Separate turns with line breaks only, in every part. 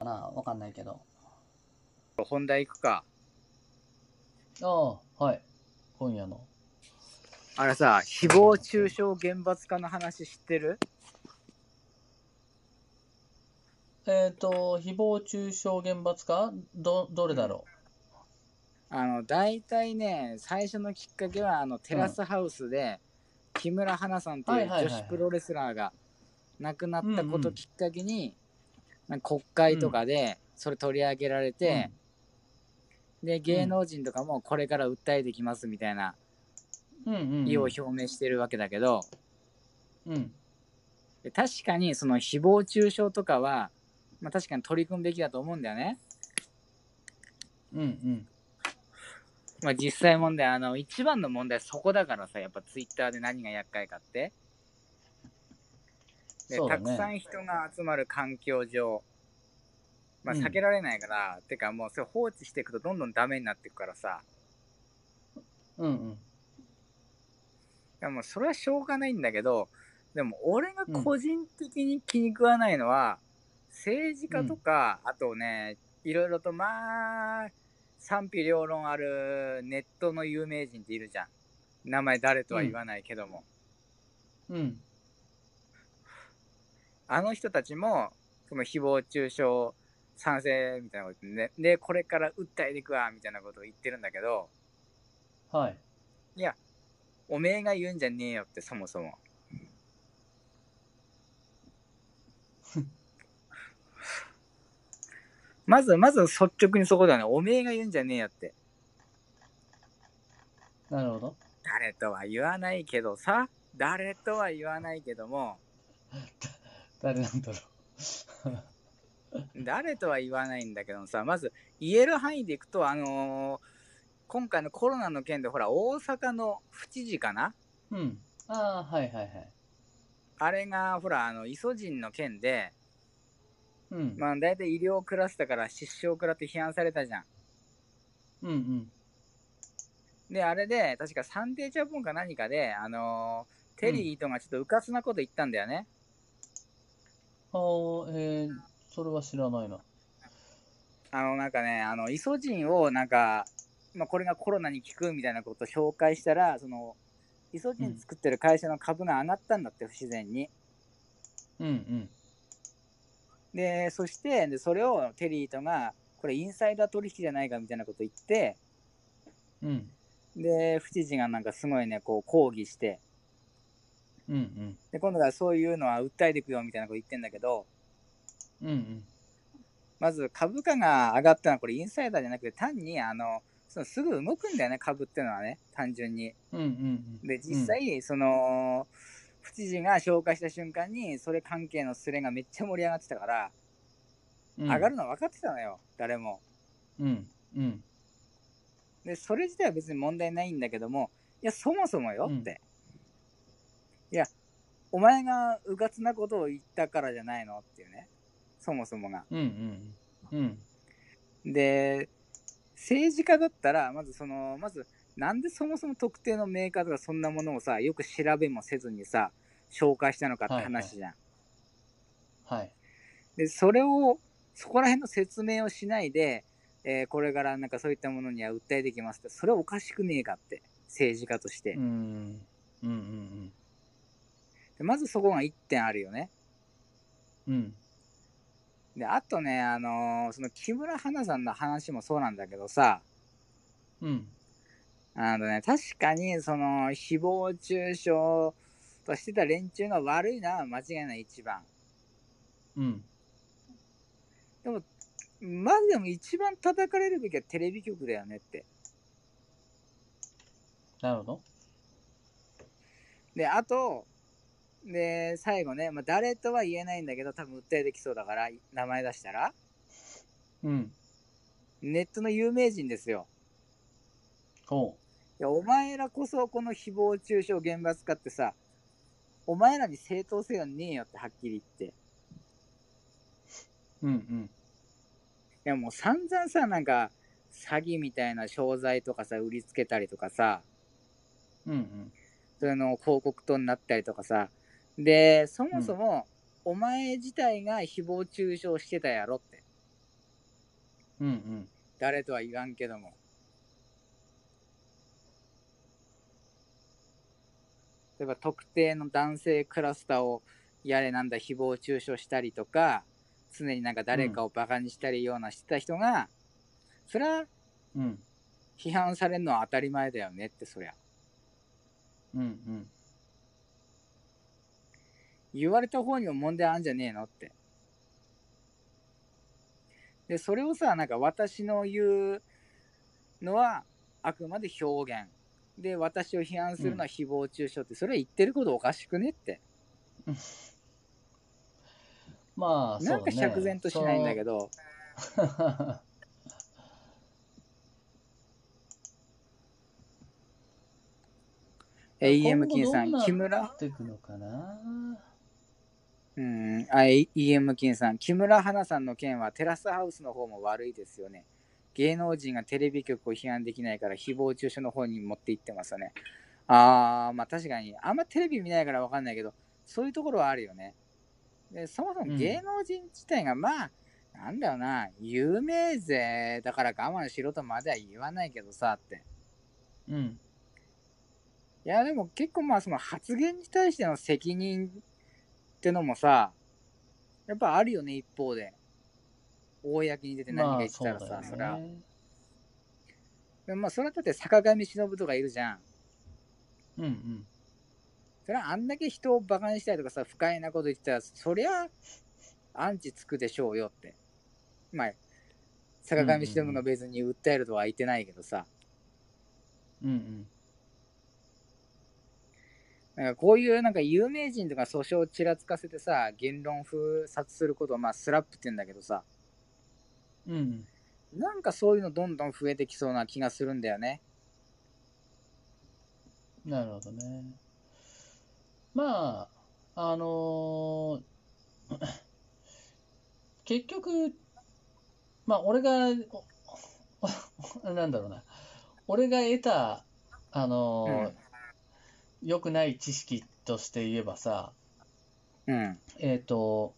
あ、わかんないけど。
本題行くか。
ああ、はい。今夜の。
あれさ、誹謗中傷厳罰化の話知ってる
えっ、と、誹謗中傷厳罰かど、どれだろ
あの、大体ね、最初のきっかけは、あの、テラスハウスで、木村花さんって
はいいうはいはい
女
はい
子プロレスラーが亡くなったこ
うんう
と
ん
きっかけに、なんか国会とかで、それ取り上げられ
う。
て、で、芸能人とかもこれから訴えてきますみたいな
うん、うん、うん。
意を表明してるわけだけど、
うん。
で確かにその誹謗中傷とかは、まあ、確かに取り組むべきだと思うんだよね。
うん、うん。
まあ、実際問題あの一番の問題はそこだからさやっぱツイッターで何が厄介かってで、
そうだ
たくさ
ね。
ん人が集まる環境上、まあ、
うん
避けられないから、てかもうそれ放置していくとどんどんダメになっていくからさ
うん、うん。
でもそれはしょうがないんだけどでも俺が個人的に気に食わないのは、政治家とか、あとねいろいろとまあ賛否両論あるネットの有名人っているじゃん名前誰とは言わないけども、
うん。
あの人たちも、その誹謗中傷賛成みたいなこと言ってね、で、これから訴えていくわ、みたいなことを言ってるんだけど、
はい。
いや、おめえが言うんじゃねえよって、そもそも。まず、まず率直にそこだよね。おめえが言うんじゃねえよって。
なるほど。
誰とは言わないけどさ、誰とは言わないけども、
誰なんだろう。
誰とは言わないんだけどさまず言える範囲でいくとあのー今回のコロナの件でほら大阪の府知事かな
うん。 ああ、はい、はい、はい。
あれがほらあのイソジンの件で、
うん。
まあ、大体医療クラスだから失笑食らって批判されたじゃん。
うん、うん。
であれで確かサンデージャポンか何かで、あのーテリーとがちょっとうかつなこと言ったんだよね。
ああ、えー、それは知らないな。
あのなんかねあのイソジンをなんか、まあ、これがコロナに効くみたいなことを紹介したらそのイソジン作ってる会社の株が上がったんだって不自然に。
うん、うん。
で、そして、でそれをテリーとが、これインサイダー取引じゃないかみたいなこと言って、
うん、
で、府知事がなんかすごいね、こう抗議して、
うん、うん。
で、今度はそういうのは訴えていくよみたいなこと言ってんだけど、
うん、うん。
まず株価が上がったのはこれインサイダーじゃなくて、単にあの、そのすぐ動くんだよね、株っていうのはね、単純に。
うん、うん。
で、実際、その、府知事が紹介した瞬間に、それ関係のスレがめっちゃ盛り上がってたから、
うん、
上がるのは分かってたのよ、誰も。
うん、うん。
でそれ自体は別に問題ないんだけどもいやそもそもよって、いやお前がうかつなことを言ったからじゃないのっていうねそもそもが
うん、うん。うん、
で政治家だったらまずそのまずなんでそもそも特定のメーカーとかそんなものをさよく調べもせずにさ紹介したのかって話じゃん、
はい。
でそれをそこら辺の説明をしないで、えーこれからなんかそういったものには訴えてきますってそれはおかしくねえかって政治家として、
うん、うん、うん、
でまずそこが1点あるよね。
うん。うん、
で、あとね、あのーその木村花さんの話もそうなんだけどさ、
うん、
あのね、確かにその誹謗中傷としてた連中が悪いのは間違いない一番。
うん。
でも、まずでも一番叩かれるべきはテレビ局だよねって。
なるほど。
で、あと、で、最後ね、まあ、誰とは言えないんだけど、多分訴えてきそうだから、名前出したら、
うん、
ネットの有名人ですよ。
ほ。
いや、お前らこそこの誹謗中傷厳罰化ってさ、お前らに正当性はねえよってはっきり言って。いう
うん、うん。
や、もう散々さ、なんか、詐欺みたいな商材とかさ、売りつけたりとかさ、
うん、うん。
それの広告塔になったりとかさ、で、そもそも、お前自体が誹謗中傷してたやろって。
うんうん。
誰とは言わんけども。例えば特定の男性クラスターをやれなんだ誹謗中傷したりとか常になんか誰かをバカにしたりようなしてた人が、それは
うん
批判されるのは当たり前だよねってそりゃ
うんうん。
言われた方にも問題あんじゃねえのって。でそれをさなんか私の言うのはあくまで表現で私を批判するのは誹謗中傷って、それは言ってることおかしくねって
まあ、そう
な
だ
んか
ね。
釈然としないんだけ
ど。
ど、AM 金さん
今後
木
どうな
村
っていくのかな
うんあ AM 金さん木村花さんの件はテラスハウスの方も悪いですよね芸能人がテレビ局を批判できないから誹謗中傷の方に持っていってますよねああまあ確かにあんまテレビ見ないからわかんないけどそういうところはあるよねでそもそも芸能人自体がまあ、なんだよな有名勢だから我慢しろとまでは言わないけどさって
うん。
いやでも結構まあその発言に対しての責任ってのもさやっぱあるよね一方で公に出て何
ま
か
あ
言ってたら
そ
さ、
うだよ
それは
ね。
でもまあそれはだって坂上忍とかいるじゃん
うんうん。
それはあんだけ人をバカにしたりとかさ不快なこと言ってたらそりゃアンチつくでしょうよってまあ坂上忍が別に訴えるとは言ってないけどさ、
うんうん。
なんかこういうなんか有名人とか訴訟をちらつかせてさ言論封殺することをまあスラップって言うんだけどさ、
うん
なんかそういうのどんどん増えてきそうな気がするんだよね。
うん。なるほどね。まあ、あのー 結局、まあ、俺が、おなんだろうな。俺が得た、あのー、良くない知識として言えばさ、
うん。
えっと、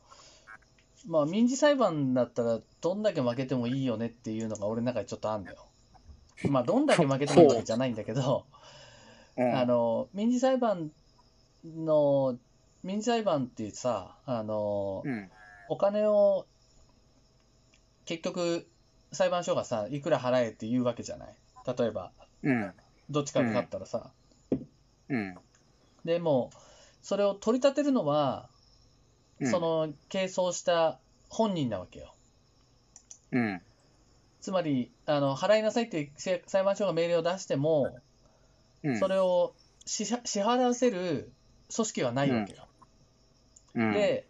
まあ、民事裁判だったら、どんだけ負けてもいいよねっていうのが俺の中でちょっとあんだよ。まあ、どんだけ負けてもいいわけじゃないんだけど、
うん、
あの、民事裁判の、民事裁判ってさ、あの
う、ん。
お金を、結局、裁判所がさ、いくら払えって言うわけじゃない。例えば、
うん。
どっちかが勝ったらさ。
うん。
でも、それを取り立てるのは、
うん
そ、の、係争した本人なわけよ。
うん。
つまり、あの払いなさいってせ裁判所が命令を出しても、
うん。
それを支支払わせる組織はないわけよ。
うん、
で、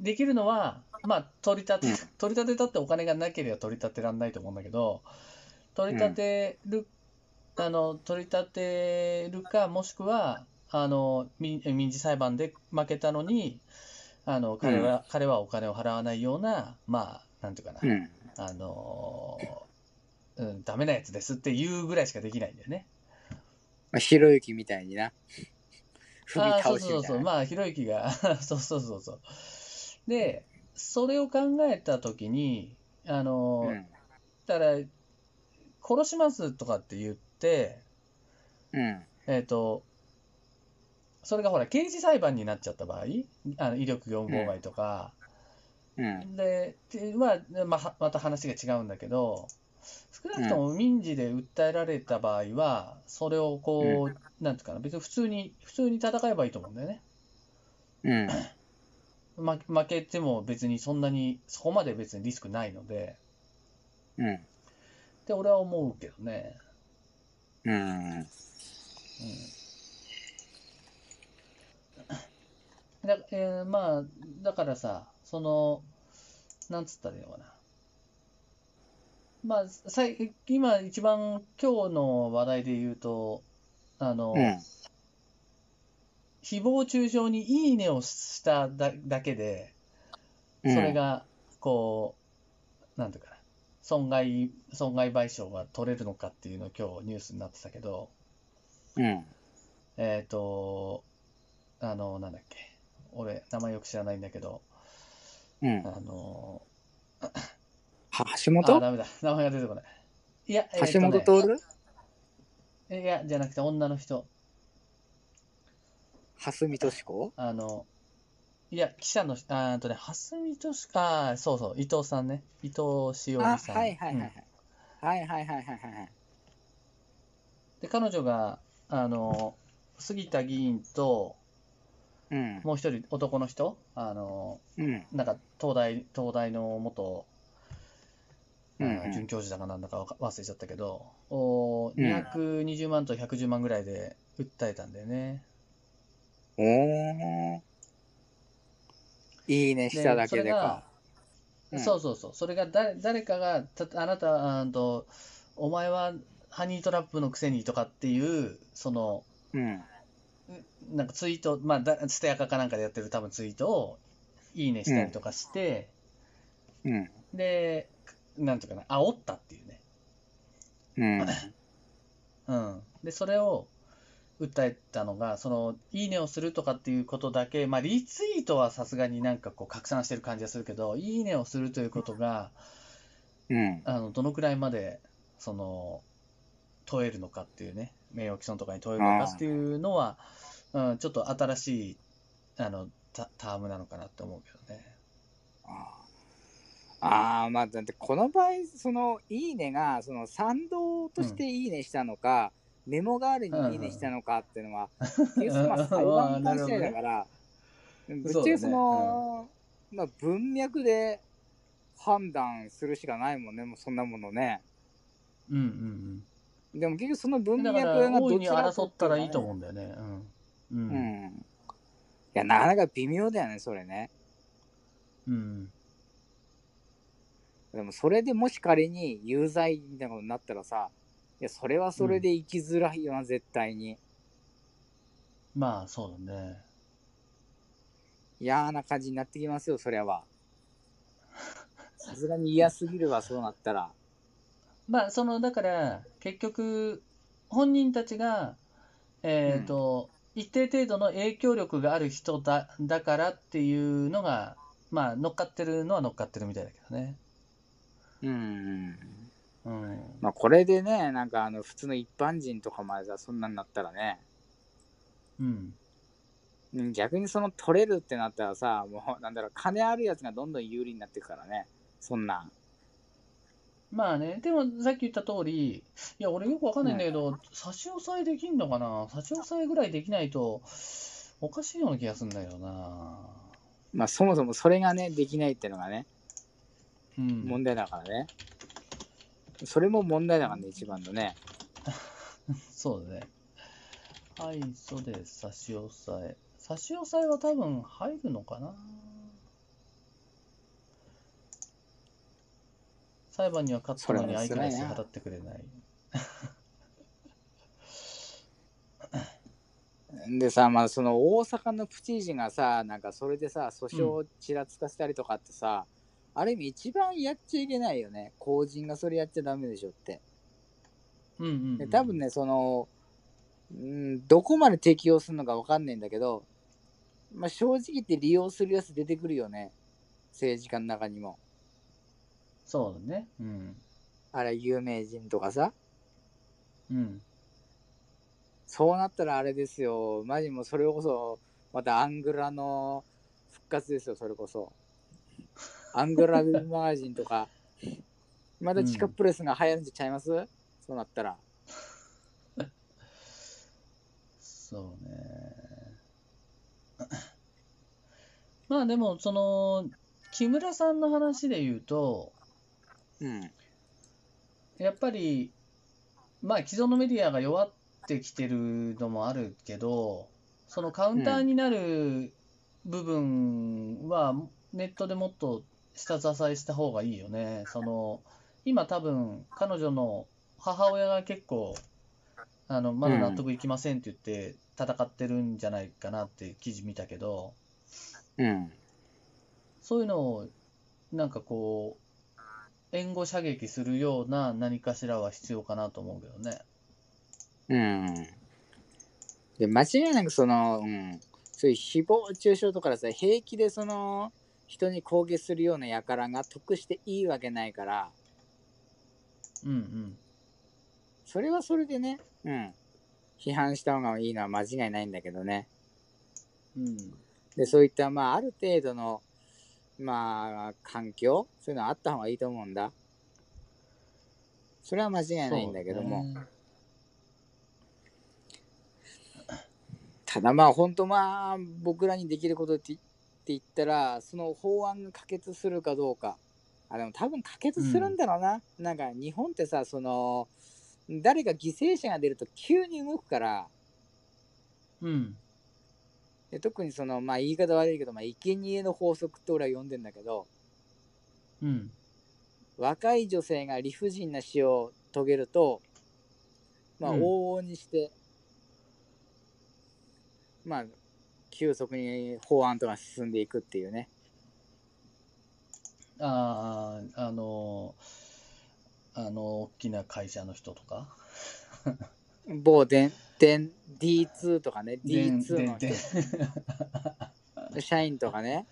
できるのは、まあ、取り立て
う、
取り立てたってお金がなければ取り立てられないと思うんだけど、取り立てる、あの、取り立てるか、もしくは、あの、民民事裁判で負けたのに、あの、彼は、彼はお金を払わないような、まあ、なんていうかな
う、ん。
あのーうん、ダメなやつですって言うぐらいしかできないんだよね。
まあ、ひろゆきみたいにな。踏み
ああー、そ
倒
う
し
そう
み
そ
た
う、
いな。
まあ、ひろゆきが、 そうそうそうそう。で、それを考えたときに、あのー
うん。
だから、殺しますとかって言って、
うん。
えっ、と、それがほら、刑事裁判になっちゃった場合、あの威力業務妨害とか、
うん。
で、てまあ、まあはまた話が違うんだけど、少なくとも民事で訴えられた場合は、それをこう、なんていうかな、別に普通に、普通に戦えばいいと思うんだよね。
うん。
ま、負けても別にそんなに、そこまで別にリスクないので、
うん。
って俺は思うけどね。
うん。
うんだ、えーまあ、だからさ、その、なんつったらいいのかな。まあ、さい、今一番今日の話題で言うと、あの、
うん。
誹謗中傷にいいねをしただ、だけで、それが、こう、なんていうかな、損害、損害賠償が取れるのかっていうの今日ニュースになってたけど、
うん。
えっと、あの、なんだっけ。俺、名前よく知らないんだけど、
うん。
あの、
橋
あ、
本
ダメだ。名前が出てこない。いや、えー
橋
と
本
ね
徹
いや、じゃなくて女の人。
蓮見敏子
あの、いや、記者の人、あーあとね、蓮見としか、そうそう、伊藤さんね。伊藤しお
あ、
りさん。
はいはいはい
うん
はい。はいはいはいはいはい。
で、彼女が、あの、杉田議員と、
うん。
もう一人男の人、あの、
うん。
なんか、東大、東大の元、あ
うんうん
の准教授だかなんだかわか忘れちゃったけど、お
うん
ー220万と110万ぐらいで訴えたんだよね。
おー。いいね、しただけでか。うん
そうそうそう、それが誰誰かが、たあなたあーと、お前はハニートラップのくせにとかっていう、その、
うん。
なんかツイート、まあ、だツタヤカかなんかでやってる多分ツイートを、いいねしたりとかして、
うん。
で、なんていうかな、煽ったっていうね。
うん。
うん。で、それを訴えたのが、その、いいねをするとかっていうことだけ、まあ、リツイートはさすがになんかこう拡散してる感じがするけど、いいねをするということが、
うん。
あのどのくらいまでその問えるのかっていうね名誉毀損とかに問えるのかっていうのは、うん、ちょっと新しいあのタタームなのかなって思うけどね。
ああ、まあ、だってこの場合、その、いいねが、その、賛同としていいねしたのか、メモ代わりにいいねしたのかっていうのは、結局まあ、裁判官次第だから、ぶっちゃけその、まあ、文脈で判断するしかないもんね、もうそんなものね。
うんうん
でも結局その
う
文
ん、だ
脈
か
が
ら大い
どち
に
らか
争ったらいいと
う。
思うんだよね。うんう
うんん。いや、なかなか微妙だよね、それね。
うん
でもそれでもし仮に有罪みたいなことになったらさ、いや、それはそれで生きづらいよな、絶対に。
まあそうだね。
嫌な感じになってきますよ、そりゃは。さすがに嫌すぎるわ、そうなったら。
まあそのだから結局本人たちがえっと、一定程度の影響力がある人だだからっていうのがまあ乗っかってるのは乗っかってるみたいだけどね。
うん。
うん、
まあ、これでね、なんかあの、普通の一般人とかまでさ、そんなんなったらね、
うん、
うん逆にその取れるってなったらさ、もう、なんだろう、金あるやつがどんどん有利になってくからね、そんなん。
まあね、でもさっき言った通り、いや、俺よくわかんないんだけど、差し押さえできんのかな差し押さえぐらいできないと、おかしいような気がするんだけどな。
まあ、そもそもそれがね、できないってのがね、
うん。
問題だからね。それも問題だからね、一番のね。
そうだね。はい、そうで差し押さえ。差し押さえは多分入るのかな裁判には勝ったのに相手が支払ってくれない。
でさ、まあ、その大阪のプチージがさ、なんかそれでさ、訴訟をちらつかせたりとかってさ、ある意味一番やっちゃいけないよね。公人がそれやっちゃダメでしょって。
うんうんうん
で多分ね、その、うん、どこまで適用するのかわかんないんだけど、まあ、正直言って利用するやつ出てくるよね。政治家の中にも。
そうだね。うん。
あれ、有名人とかさ。
うん。
そうなったらあれですよ。マジもうそれこそ、またアングラの復活ですよ、それこそ。アングラウェブマガジンと か、また地下プレスが流行るんちゃいます、そうなったら。
そうね。 まあでも、その、木村さんの話で言うと、
うん。
やっぱり、まあ既存のメディアが弱ってきてるのもあるけど、そのカウンターになる部分はネットでもっと下支えした方がいいよね。その、今多分彼女の母親が結構、あの、まだ納得いきませんって言って戦ってるんじゃないかなって記事見たけど、
うん。
そういうのを、なんかこう、援護射撃するような何かしらは必要かなと思うけどね。
うん。で、間違いなくその、うん、そういう誹謗中傷とかでさ、平気でその、人に攻撃するような輩が得していいわけないから、
うんうん。
それはそれでね、うん。批判した方がいいのは間違いないんだけどね。
うん。
で、そういった、まあ、ある程度の、まあ、環境、そういうのはあった方がいいと思うんだ。それは間違いないんだけども。
そうね
ただまあ本当まあ僕らにできることってって言ったらその法案が可決するかどうかあでも多分可決するんだろうな、なんか日本ってさその誰か犠牲者が出ると急に動くから
うん。
で特にそのまあ言い方悪いけどまあ生贄の法則って俺は呼んでんだけど
うん。
若い女性が理不尽な死を遂げるとまあ
うん
往々にして、まあ急速に法案とか進んでいくっていうね
ああ、あのー、あのー、大きな会社の人とか。
某電電 D2 とかね D2 の
でで
社員とかね